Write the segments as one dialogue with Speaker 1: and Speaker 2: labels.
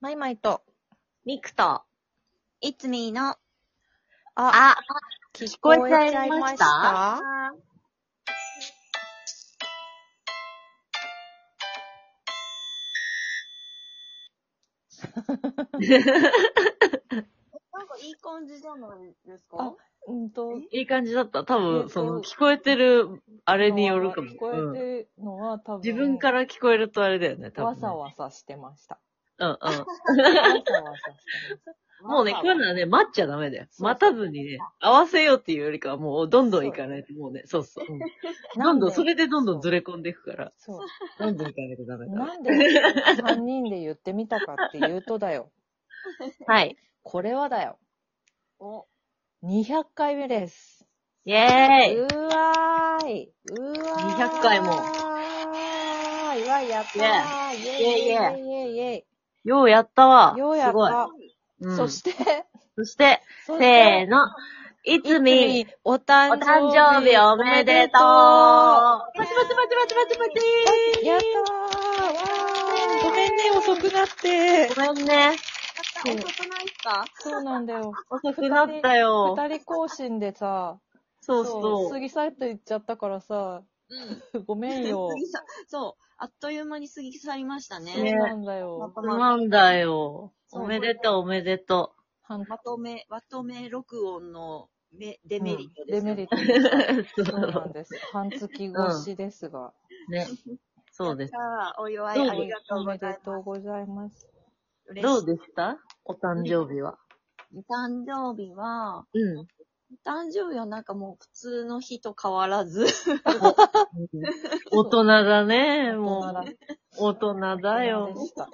Speaker 1: マイマイと、
Speaker 2: ミクと、いつみーの、あ、
Speaker 1: 聞
Speaker 2: こえちゃいました
Speaker 3: なんかいい感じじゃないですか
Speaker 1: あうんと、
Speaker 2: いい感じだった。多
Speaker 1: うん
Speaker 2: 分、その、聞こえてる、あれによるかも。
Speaker 1: 聞こえ
Speaker 2: うん
Speaker 1: てるのは多分、
Speaker 2: 自分から聞こえるとあれだよね、多分。
Speaker 1: わさわさしてま した。
Speaker 2: うんうん。
Speaker 1: わさわさしてました。
Speaker 2: もうね、こういうのはね、待っちゃダメだよ。
Speaker 1: そうそう
Speaker 2: 待たずにね、合わせようっていうよりかは、もう、どんどん行かないと、もうね、そうそう。うんどんどん、それでどんどんずれ込んでいくから、
Speaker 1: そう。
Speaker 2: どんどん行かないとダメだ。
Speaker 1: なんで3人で言ってみたかっていうとだよ。
Speaker 2: はい。
Speaker 1: これはだよ。
Speaker 3: お、
Speaker 1: 200回目です。
Speaker 2: イェーイ
Speaker 1: うわーい。うわーい。
Speaker 2: 200回も
Speaker 1: うわーい。わ、やったー。イェイイェイイェイイェイイ
Speaker 2: ようやったわ
Speaker 1: ェイ。。ようやった。
Speaker 2: すごい。うん
Speaker 1: そして、
Speaker 2: そして、
Speaker 1: そして
Speaker 2: せーの、いつみ、
Speaker 1: いつみお誕
Speaker 2: お誕生日おめでとう
Speaker 1: や
Speaker 2: パチパチパチパチパチパチ
Speaker 1: ったーわーごめんね、遅くなって。
Speaker 2: ごめんね。
Speaker 3: なんか遅くないっすか
Speaker 1: そうなんだよ。
Speaker 2: 遅くなったよ。
Speaker 1: 二人更新でさ、
Speaker 2: そうそ
Speaker 1: 過
Speaker 2: う。
Speaker 1: ぎ去っていっちゃったからさ、
Speaker 3: うん。
Speaker 1: ごめんよ
Speaker 3: 過。ぎさそう。あっという間に過ぎ去りました
Speaker 1: そう
Speaker 3: ね。
Speaker 1: なんだよ。
Speaker 2: なんだよ。
Speaker 3: そう
Speaker 2: おめでとう、おめでと
Speaker 1: 半
Speaker 3: まとめ、まとめ録音のめデメリットで
Speaker 1: デ
Speaker 3: す
Speaker 1: メ
Speaker 3: よね、
Speaker 1: リットで。す。
Speaker 2: うそ
Speaker 1: そうな
Speaker 2: うん
Speaker 1: です。半月越しですが。
Speaker 2: ね。そうです
Speaker 3: さ。あ、お祝い
Speaker 2: どうぞ
Speaker 3: ありがとう
Speaker 1: お
Speaker 3: ご
Speaker 1: め
Speaker 3: ざ
Speaker 1: で
Speaker 3: い
Speaker 1: とう
Speaker 3: ます。
Speaker 1: ございます。
Speaker 3: 嬉しい
Speaker 2: どうでしたお誕生日は。
Speaker 3: お誕生日は、
Speaker 2: うん。
Speaker 3: お誕生日はなんかもう普通の日と変わらず、
Speaker 2: 大人だね、
Speaker 1: 大人
Speaker 2: も
Speaker 1: だ
Speaker 2: う。大人だよ
Speaker 1: で。した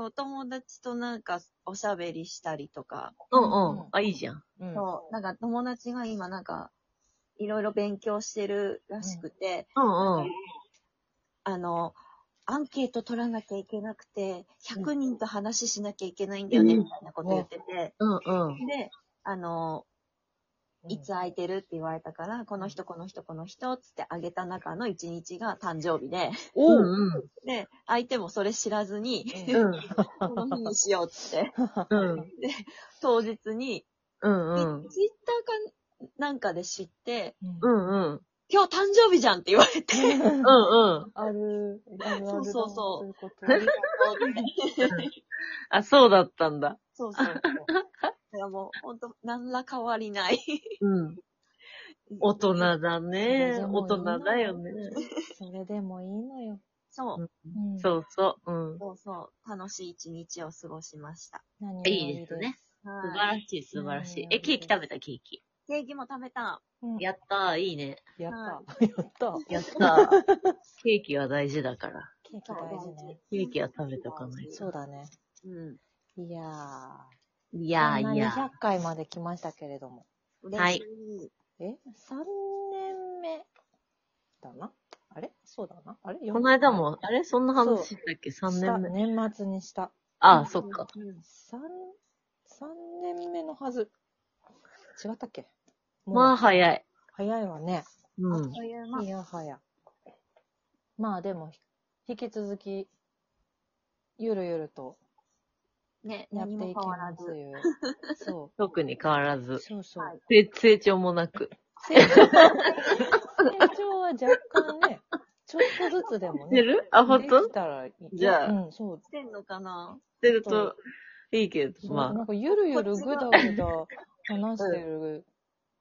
Speaker 3: お友達となんかおしゃべりしたりとか、
Speaker 2: うんうん。あ、いいじゃん。
Speaker 1: うん。
Speaker 3: そう、なんか友達が今なんか、いろいろ勉強してるらしくて、
Speaker 2: うんうん。
Speaker 3: あの、アンケート取らなきゃいけなくて、100人と話ししなきゃいけないんだよね、
Speaker 2: うん
Speaker 3: みたいなこと言ってて、
Speaker 2: うんうん。
Speaker 3: で、あ
Speaker 1: うん
Speaker 3: の、いつ空いてるって言われたから、この人、この人、この人、つってあげた中の1日が誕生日で、
Speaker 2: う
Speaker 1: おうん
Speaker 2: うん。
Speaker 3: で、相手もそれ知らずに、
Speaker 2: うん
Speaker 3: この日にしようっつって、
Speaker 2: うん。
Speaker 3: 当日に、
Speaker 2: うん
Speaker 3: ツイ
Speaker 2: う
Speaker 3: ッ
Speaker 2: ん。
Speaker 3: ターかなんかで知って、
Speaker 1: うん
Speaker 2: うんうん。
Speaker 3: 今日誕生日じゃんって言われて、
Speaker 2: うんうん。
Speaker 1: ある、あるあるだ
Speaker 3: そうそうそう
Speaker 1: いうこと
Speaker 3: ありがとうって
Speaker 2: あ、そうだったんだ。
Speaker 3: そう そう。いやもう、ほんと、何ら変わりない。
Speaker 2: うん。大人だ
Speaker 1: それ
Speaker 2: ね
Speaker 1: で。も
Speaker 2: 大人だよね。
Speaker 1: それでもいいのよ。
Speaker 3: そう。
Speaker 1: うん
Speaker 2: そうそう。うん。
Speaker 3: そうそう。楽しい一日を過ごしました。
Speaker 1: 何より
Speaker 2: いいですね。。素
Speaker 3: は
Speaker 2: 晴
Speaker 3: い。
Speaker 2: らしい、素晴らしい
Speaker 1: うん。
Speaker 2: え、ケーキ食べたケーキ。
Speaker 3: ケーキも食べた。
Speaker 1: うんや
Speaker 2: やったー、いいね。
Speaker 1: った。やった。
Speaker 2: やったー。ケーキは大事だから。
Speaker 1: ケーキ大事ね。
Speaker 2: ケーキは食べとかないと。
Speaker 1: そうだね。
Speaker 3: うん。
Speaker 1: いやー。
Speaker 2: いや
Speaker 1: こん
Speaker 2: ー
Speaker 1: ない
Speaker 2: や
Speaker 1: 200回まで来ましたけれども。
Speaker 3: 嬉しい。
Speaker 1: え ?3 年目だなあれそうだなあれ
Speaker 2: ー。この間。も、あれそんな話したっけ ?3
Speaker 1: 4
Speaker 2: 年
Speaker 1: 年
Speaker 2: 目。
Speaker 1: 目。年末にした。
Speaker 2: あー、そっか。
Speaker 3: うん。
Speaker 1: 3、三年目のはず。違ったっけもう
Speaker 2: まあ、早い。
Speaker 1: 早いわね。
Speaker 2: う
Speaker 3: あ
Speaker 2: ん
Speaker 3: っ。という間
Speaker 1: い。やはや。まあでも、ひ引き続き、ゆるゆると
Speaker 3: ね、
Speaker 1: やって
Speaker 3: 何
Speaker 1: いき
Speaker 3: も変わら
Speaker 1: ま
Speaker 3: ず
Speaker 1: す。よ。そ
Speaker 2: 特に変わら
Speaker 1: う。
Speaker 2: ず。
Speaker 1: そうそう。
Speaker 3: はい
Speaker 2: 成成長もなく。
Speaker 1: 成長成長は若干 ね、ちょっとずつでも
Speaker 2: 出
Speaker 1: ね、
Speaker 2: るあ、ほん
Speaker 1: で
Speaker 2: と
Speaker 1: きたらいい。
Speaker 2: じゃあ
Speaker 1: うん、そう。
Speaker 3: してんのかな
Speaker 2: 出ると、いいけ
Speaker 1: そ
Speaker 2: ど、
Speaker 1: う
Speaker 2: ま
Speaker 1: なんかゆるゆるぐだぐだ話してる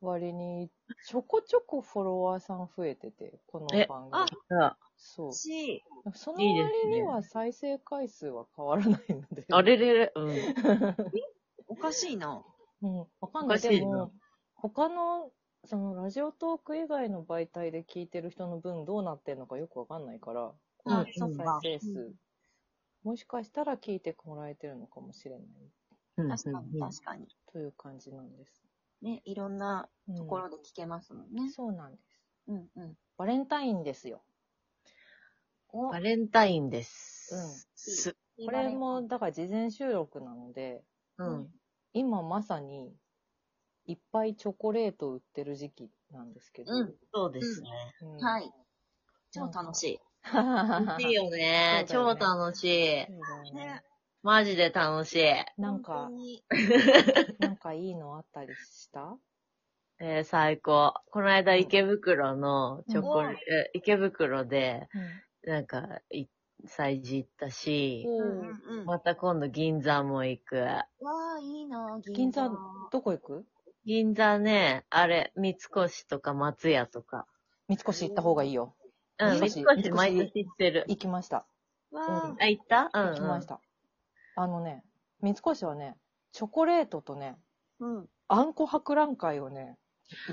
Speaker 1: 割に、ちょこちょこフォロワーさん増えてて、この
Speaker 2: え
Speaker 1: 番組。
Speaker 2: あ。
Speaker 3: あ
Speaker 2: じゃあ
Speaker 1: そう。
Speaker 3: し、
Speaker 1: その
Speaker 2: いいですね
Speaker 1: 割には再生回数は変わらないので。
Speaker 2: あれれれ、うん。
Speaker 3: おかしいな。
Speaker 1: うん、わかんな
Speaker 2: お
Speaker 1: い。
Speaker 2: かしいな
Speaker 1: でも、他の、その、ラジオトーク以外の媒体で聞いてる人の分どうなってんのかよくわかんないから、この
Speaker 2: あそっ
Speaker 1: 再
Speaker 3: か
Speaker 1: 生数、
Speaker 3: うん
Speaker 1: もしかしたら聞いてもらえてるのかもしれない
Speaker 2: うん
Speaker 3: 確かに、
Speaker 2: うん
Speaker 3: 確かに。
Speaker 1: という感じなんです。
Speaker 3: ね、いろんな
Speaker 1: うん
Speaker 3: ところで聞けますもんね。
Speaker 1: そうなんです。
Speaker 3: うんうん。
Speaker 1: バレンタインですよ。
Speaker 3: お
Speaker 2: バレンタインです。
Speaker 1: これ、も、だから事前収録なので、
Speaker 2: うん。
Speaker 1: 今まさに、いっぱいチョコレート売ってる時期なんですけど。
Speaker 3: うん。
Speaker 2: そうですね。
Speaker 1: うん。
Speaker 3: はいい。超楽しい。
Speaker 2: いいよね。
Speaker 1: そうだよ
Speaker 2: 超
Speaker 1: ね
Speaker 2: 楽しい。
Speaker 1: そうだよね
Speaker 3: ね
Speaker 2: マジで楽しい。
Speaker 1: なんか
Speaker 3: 本当、に
Speaker 1: なんかいいのあったりした
Speaker 2: えー最高。この間池袋のチョコレ、
Speaker 3: うん
Speaker 2: え池袋で、なんか、い、催事行ったし、
Speaker 3: うん
Speaker 1: お
Speaker 3: うんうん。わ
Speaker 2: また今度銀座も行く。
Speaker 3: あ、いいな
Speaker 1: 銀
Speaker 3: 銀座。
Speaker 1: 座、どこ行く
Speaker 2: 銀座ね、あれ、三越とか松屋とか。
Speaker 1: 三越行った方がいいよ。
Speaker 2: う
Speaker 1: 三
Speaker 2: ん、
Speaker 1: 越
Speaker 2: 三越
Speaker 1: 三越
Speaker 2: 毎年行ってる。
Speaker 1: 行きました。
Speaker 2: うん
Speaker 3: わ
Speaker 2: あ、行ったうん、うん。
Speaker 1: 行きました。あのね、三越はね、チョコレートとね、
Speaker 3: あ、うん。
Speaker 1: あんこ博覧会をね、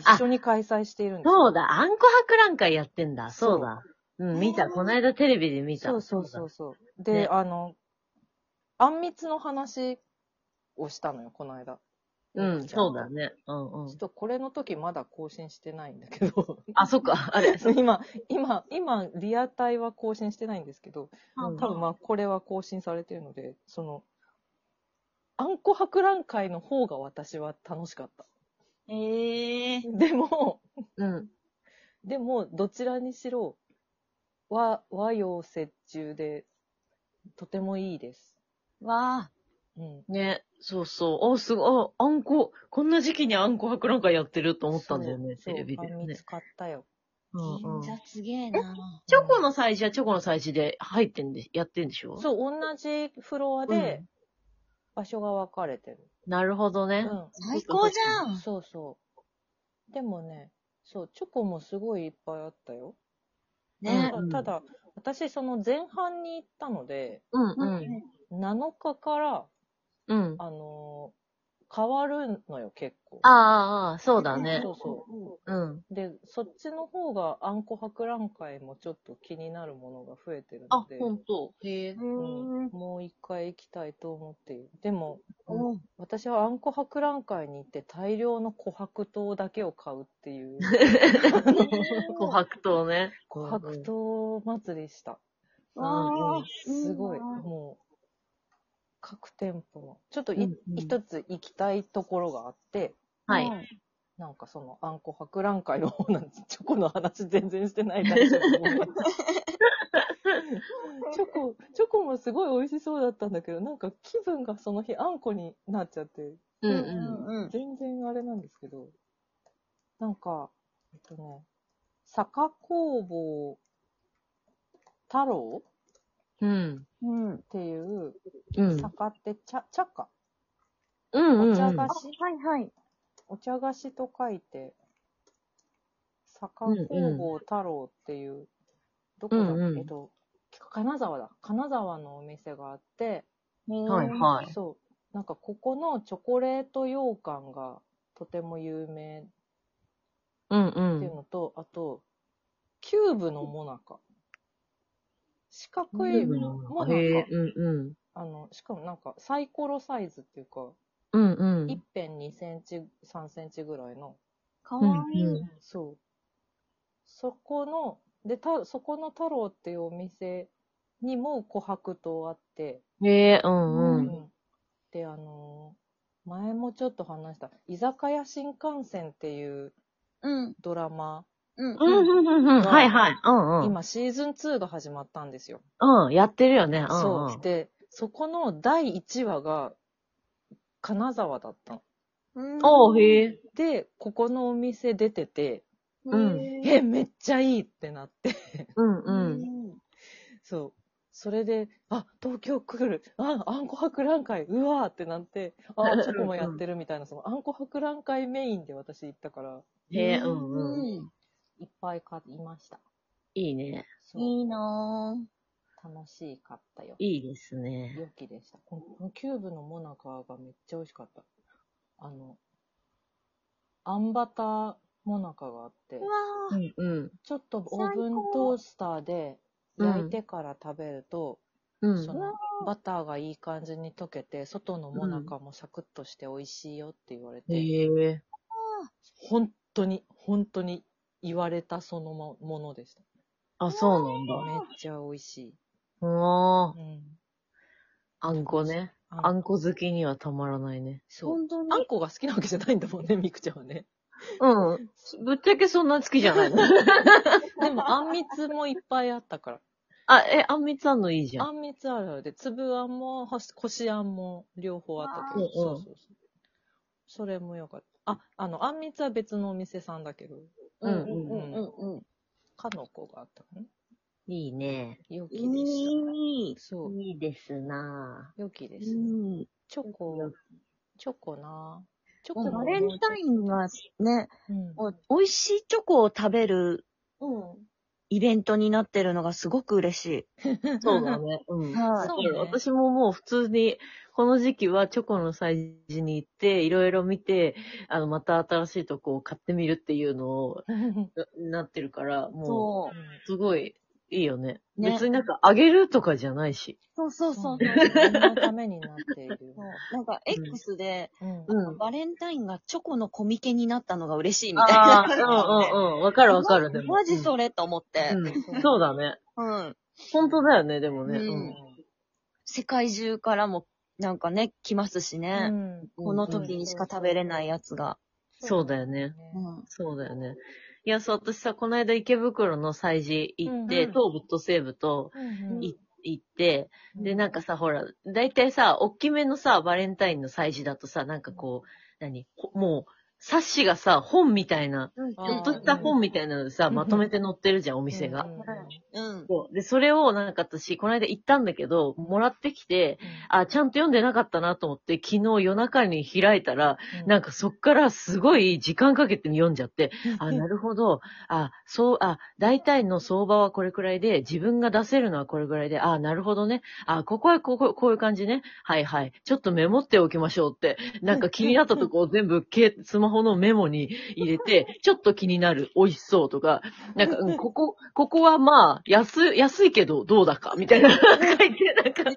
Speaker 2: あ
Speaker 1: 一緒に開催しているんですよ
Speaker 2: そうだ、あんこ博覧会やってんだ。そうだ。うん、見た。この間テレビで見た。
Speaker 1: そうそうそうそう。で、
Speaker 2: ね
Speaker 1: あの、あんみつの話をしたのよ、この間。
Speaker 2: だ。う
Speaker 1: ちゃ
Speaker 2: ん、
Speaker 1: んと
Speaker 2: そうだね。うんう
Speaker 1: ちょ
Speaker 2: ん
Speaker 1: っ。とこれの時まだ更新してないんだけど。
Speaker 2: あ、そっか、あれ。
Speaker 1: 今、今、今、リアタイは更新してないんですけど、
Speaker 2: うん
Speaker 1: 多分まあ、これは更新されてるので、その、あんこ博覧会の方が私は楽しかった。
Speaker 3: ええー。
Speaker 1: でも、
Speaker 2: うん。
Speaker 1: でも、どちらにしろ、和、和洋折衷で、とてもいいです。
Speaker 3: わあ。
Speaker 1: うん。
Speaker 2: ね、そうそう。あ、すごい。あ、あんこ、こんな時期にあんこ博覧会やってると思ったんだよね、
Speaker 1: そ
Speaker 2: テ
Speaker 1: う
Speaker 2: レビで
Speaker 1: そうあんみ
Speaker 2: ね
Speaker 1: つ。買ったよ。
Speaker 2: うんう
Speaker 3: 銀
Speaker 2: ん
Speaker 3: 座すげえな
Speaker 2: チョコの祭事はチョコの祭事で入ってんで、やってんでしょう。
Speaker 1: そう、同じフロアで
Speaker 2: うん、
Speaker 1: 場所が分かれてる。
Speaker 2: なるほどね。
Speaker 1: う
Speaker 3: 最高じゃ
Speaker 1: ん。
Speaker 3: ん。
Speaker 1: そうそう。でもね、そう、チョコもすごいいっぱいあったよ。
Speaker 3: ね
Speaker 1: た
Speaker 2: うん
Speaker 1: だ、ただ私、その前半に行ったので、
Speaker 2: うんう
Speaker 3: うん
Speaker 2: ん。
Speaker 1: 7日から、
Speaker 2: うん。
Speaker 1: あのー変わるのよ、結構。
Speaker 2: ああ、ああそうだね
Speaker 1: そ。うそ
Speaker 2: うん。
Speaker 1: う。で、そっちの方が、あんこ博覧会もちょっと気になるものが増えてるの
Speaker 2: あ
Speaker 1: で、、
Speaker 2: ほんと。へえ。
Speaker 1: うん
Speaker 3: ん。
Speaker 1: もう一回行きたいと思っている。でも、
Speaker 3: うん。
Speaker 1: 私はあんこ博覧会に行って大量の琥珀糖だけを買うって いう、
Speaker 2: 琥珀糖ね。
Speaker 1: 琥珀糖祭りした。
Speaker 3: わあ、
Speaker 1: すごい、
Speaker 3: な
Speaker 1: もう、各店舗の、ちょっとい
Speaker 2: うんうん
Speaker 1: 一、つ行きたいところがあって、
Speaker 2: はい。
Speaker 1: なんかその、あんこ博覧会の方なんです。チョコの話全然してない大丈夫。ごめんチョコ、チョコもすごい美味しそうだったんだけど、なんか気分がその日あんこになっちゃって、
Speaker 2: うんう
Speaker 3: うん
Speaker 2: ん。
Speaker 3: うんうん。
Speaker 1: 全然あれなんですけど、なんか、えっとね、坂工房太郎
Speaker 2: うん。
Speaker 3: うん。
Speaker 1: っていう、
Speaker 2: うん。
Speaker 1: 坂って茶、茶か。
Speaker 2: うんうん
Speaker 1: お茶
Speaker 2: うん
Speaker 1: 菓
Speaker 3: あ、
Speaker 1: 子、
Speaker 3: はいはい。
Speaker 1: お茶菓子と書いて、坂工房太郎っていう、どこだ、
Speaker 2: うんうん
Speaker 1: えっと、金沢だ。金沢のお店があって、
Speaker 2: はいはい。
Speaker 1: そう、なんかここのチョコレート羊羹がとても有名
Speaker 2: うん
Speaker 1: って
Speaker 2: う。
Speaker 1: いうんのと、あと、キューブのモナカ。四角いモナカ。
Speaker 2: へえ、うん
Speaker 1: あの、しかもなんかサイコロサイズっていうか、
Speaker 2: うん。うんうん。
Speaker 1: 一辺2センチ、3センチぐらいの、
Speaker 3: か
Speaker 2: うん
Speaker 3: わいい。
Speaker 2: うん
Speaker 1: そう。そこの、で、た、そこの太郎っていうお店にも琥珀糖あって、
Speaker 2: へえ、うんう。
Speaker 1: うんんで、あのー前もちょっと話した、居酒屋新幹線っていう
Speaker 3: うん。
Speaker 1: ドラマ、
Speaker 3: うん。
Speaker 2: うん
Speaker 3: うん。
Speaker 2: うんうんうん。はいはい。うんうん。
Speaker 1: 今シーズン2が始まったんですよ。
Speaker 2: うん、やってるよね。うんうん。
Speaker 1: そう。で、そこの第1話が、金沢だったの。
Speaker 2: おう、へえ。
Speaker 1: で、ここのお店出てて、
Speaker 2: うん
Speaker 1: え、めっちゃいいってなって、
Speaker 2: うん
Speaker 3: う
Speaker 2: うん。
Speaker 3: ん。
Speaker 1: そう。それで、あ、東京来る、あ、あんこ博覧会、うわーってなって、あ、チョコもやってるみたいな、その、あんこ博覧会メインで私行ったから、
Speaker 2: へえ、うんうん。
Speaker 3: ん。
Speaker 1: いっぱい買いました。
Speaker 2: いいね。
Speaker 1: そう。
Speaker 3: いいな
Speaker 1: 楽しかったよ。
Speaker 2: いいですね。
Speaker 1: 良きでした。このこのキューブのモナカがめっちゃ美味しかった。あの、あんバターモナカがあって
Speaker 3: ぁ。う、
Speaker 2: う
Speaker 3: わ
Speaker 2: んうん。
Speaker 1: ちょっとオーブントースターで焼いてから食べると、
Speaker 2: うん
Speaker 1: そ。のバターがいい感じに溶けて、外のモナカもサクッとして美味しいよって言われて、
Speaker 2: へえ。
Speaker 1: 本当に、本当に言われたそのもものでした。
Speaker 2: あ、そうなんだ。
Speaker 1: めっちゃ美味しい。
Speaker 2: うわー
Speaker 1: うん。
Speaker 2: あんこね。あんこ好きにはたまらないね。
Speaker 1: そう。
Speaker 3: 本当に
Speaker 1: あ。んこが好きなわけじゃないんだもんね、みくちゃんはね。
Speaker 2: うん。ぶっちゃけそんな好きじゃないの。
Speaker 1: でも、あんみつもいっぱいあったから。
Speaker 2: あ、え、あんみつあんのいいじゃん。
Speaker 1: あんみつあるあるで、粒あんも、ほしこしあんも、両方あったけど、
Speaker 2: うん
Speaker 1: そ
Speaker 2: うん
Speaker 1: うそうそう。それもよかった。あ、あの、あんみつは別のお店さんだけど、
Speaker 2: うん
Speaker 3: うんうんうんうん。
Speaker 1: かのこがあったかな。
Speaker 2: いいね。
Speaker 1: 良きでした。
Speaker 3: いい。
Speaker 1: そう、
Speaker 2: いいですな
Speaker 1: 良きで
Speaker 3: う
Speaker 1: すね。
Speaker 3: ん。
Speaker 1: チョコ、チョコなチョコ
Speaker 3: もう
Speaker 1: も
Speaker 3: バレンタインがね、
Speaker 1: うん
Speaker 3: もう美味しいチョコを食べる
Speaker 1: うん。
Speaker 3: イベントになってるのがすごく嬉し
Speaker 2: ぁ。そうだね。うん。
Speaker 3: い。
Speaker 2: わ
Speaker 3: は
Speaker 2: か
Speaker 1: そうね
Speaker 2: る私ももう普通に、この時期はチョコの催事に行って、いろいろ見て、あの、また新しいとこを買ってみるっていうのを、ななってるから、
Speaker 3: い。
Speaker 2: も
Speaker 3: そうう。
Speaker 1: ん
Speaker 2: う、すごい、いいよね。
Speaker 3: ね
Speaker 2: 別になんか、あげるとかじゃないし。
Speaker 3: そうそうそう。
Speaker 1: 自分のためになっている。
Speaker 3: そうなんか、X で、
Speaker 1: うん
Speaker 2: うん。
Speaker 3: バレンタインがチョコのコミケになったのが嬉しいみたいな。
Speaker 2: ああ、 うんうんうん。わかるわかる、でも。
Speaker 3: マジそれと思って。
Speaker 2: うん。そうだね。
Speaker 3: うん。
Speaker 2: 本当だよね、でもね。
Speaker 3: うん
Speaker 2: うん
Speaker 3: 世界中からも、なんかね、来ますし
Speaker 1: う
Speaker 3: ね。
Speaker 1: ん。
Speaker 3: この時にしか食べれないやつが。
Speaker 2: そうだよね。
Speaker 3: うん。
Speaker 2: そうだよね。いや、そう、私さ、この間池袋の催事行って、
Speaker 1: うんうん
Speaker 2: 東部と西部と
Speaker 1: うん
Speaker 2: い行って、で、なんかさ、ほら、大体さ、大きめのさ、バレンタインの催事だとさ、なんかこう、何ほもう、冊子がさ、本みたいな、
Speaker 3: うん。
Speaker 2: ちょっとした本みたいなのでさ、
Speaker 1: うん
Speaker 2: まとめて載ってるじゃん、お店が。
Speaker 3: うん。
Speaker 2: そうで、それをなんか私、この間行ったんだけど、もらってきて、あ、ちゃんと読んでなかったなと思って、昨日夜中に開いたら、なん
Speaker 1: か、
Speaker 2: かそっからすごい時間かけて読んじゃって、 あ、なるほど。あ、そう、あ、大体の相場はこれくらいで、自分が出せるのはこれくらいで、あ、なるほどね。あ、ここはここ、こういう感じね。はいはい。ちょっとメモっておきましょうって、なんか気になったとこを全部、けスマホのメモに入れて、ちょっと気になる、美味しそうとか、なんか、うん、ここ、ここはまあ、安、安いけどどうだか、みたいな、書いて、なんか、